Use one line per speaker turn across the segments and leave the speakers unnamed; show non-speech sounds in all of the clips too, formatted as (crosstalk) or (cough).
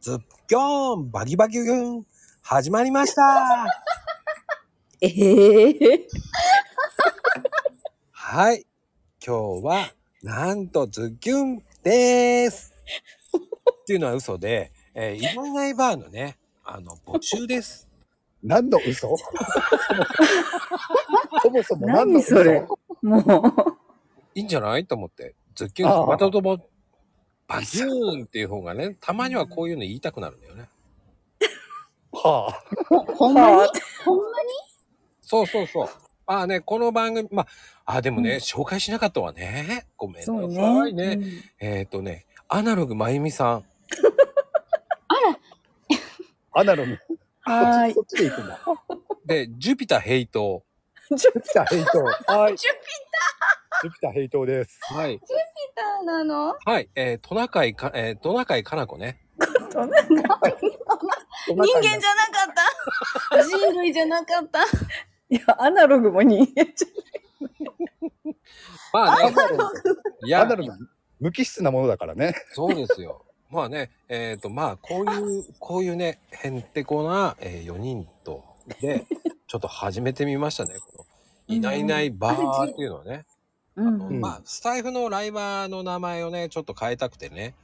ズッキョーンバキバキギュン始まりました
ええ
はい今日はなんとズッキュンでーすっていうのは嘘で、えー、いらないバーのねあの募集です
何の
(laughs)
嘘そもそも何
何
の嘘
それもう、
いいんじゃないと思ってズッキュ
あ
ン
あ
またともバキューンっていう方がねたまにはこういうの言いたくなるんだよね
は
ほんまに
そうそうそうああねこの番組まああでもね、紹介しなかったわねごめんな
そう
さ
ね。
いね、
うん
えっ、とね、アナログまゆみさん。
あ、アナログ。
はーい。
そっちで行くんだ。
で、ジュピターヘイト。
ジュピターヘイト。はい。ジュピターヘイトです。
はい。
なの
はい。えー、トナカイか、えー、トナカイかなこね。
人間じゃなか
人
った。人類じゃなかった。いや、アナログも人間じ
まあ
ア
ね、
ナログ。
い
ア
や
ナ、ログ。無機質なものだからね。
そうですよ。まあね、えっ、と、まあ、こういう、こういうね、へんてこな、え4人と、で、ちょっと始めてみましたね。このいないいないバーっていうのはね。
ゃん。うん。
ん
まあ、スタイフのライバーの名前をね、ちょっと変えたくてね。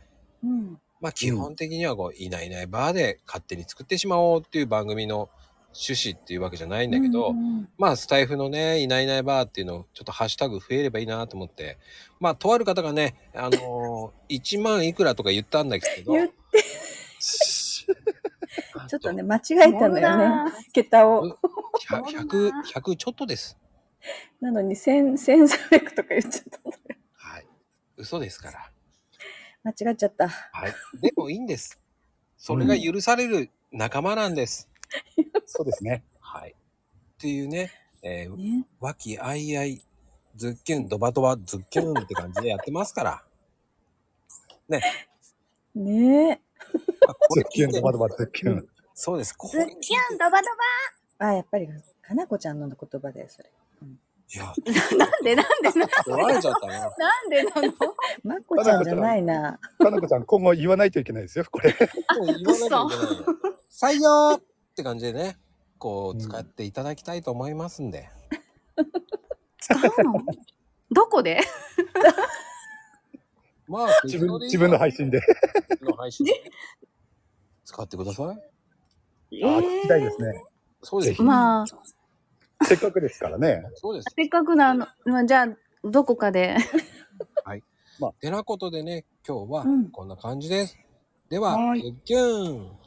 うん。
まあ、基本的にはこう、いないいないバーで勝手に作ってしまおうっていう番組の趣旨っていうわけじゃないんだけど、
うん
まあ、スタイフのね、いないいないバーっていうのを、ちょっとハッシュタグ増えればいいなと思って、まあ、とある方がね、あ
(laughs)
のー1万いくらとか言ったんだけど、
言っ
ち (laughs)
ちょっとね、間違えたんだよね。桁を。
100、100ちょっとです。
なのに、千、千三百とか言っちゃっ
はい。嘘ですから。
た。間違っちゃった。
はい。でもいいんです。それが許される仲間なんです。
そうですね。
はい。っていうね、えー、
ね。
和気あいあい、ズッキュン、ドバドバ、ズッキュンって感じでやってます
(laughs)
から。
ね
まあこ
ズ
れ
ッキュン、ドバドバ、ズッキュン。
そうです。こ
ズ
れ
ッキュンドバド
え。あ、やっぱり、かなこちゃんの言葉だよ、それ。
いや、
バ (laughs) なんでなんで (laughs) な
取られちゃったな。
なんでなの
まっこちゃんじゃないな。
かなこちゃん、今後言わないといけないですよ、これ。
もう言わなきゃいけないの。採用って感じでね、こう使っていただきたいと思いますんで。
使うのどこで
まあ、
自分、自分の配信で。
自分の配信でね使ってください。
あー、聞きたいですね。
そうです
ぜ。
まあ
せっかくですからね。
そうです。
せっかくなの、まあ、じゃあどこかで
てなことでね、今日は
うん
こんな感じです。では、
はい
ズッキュン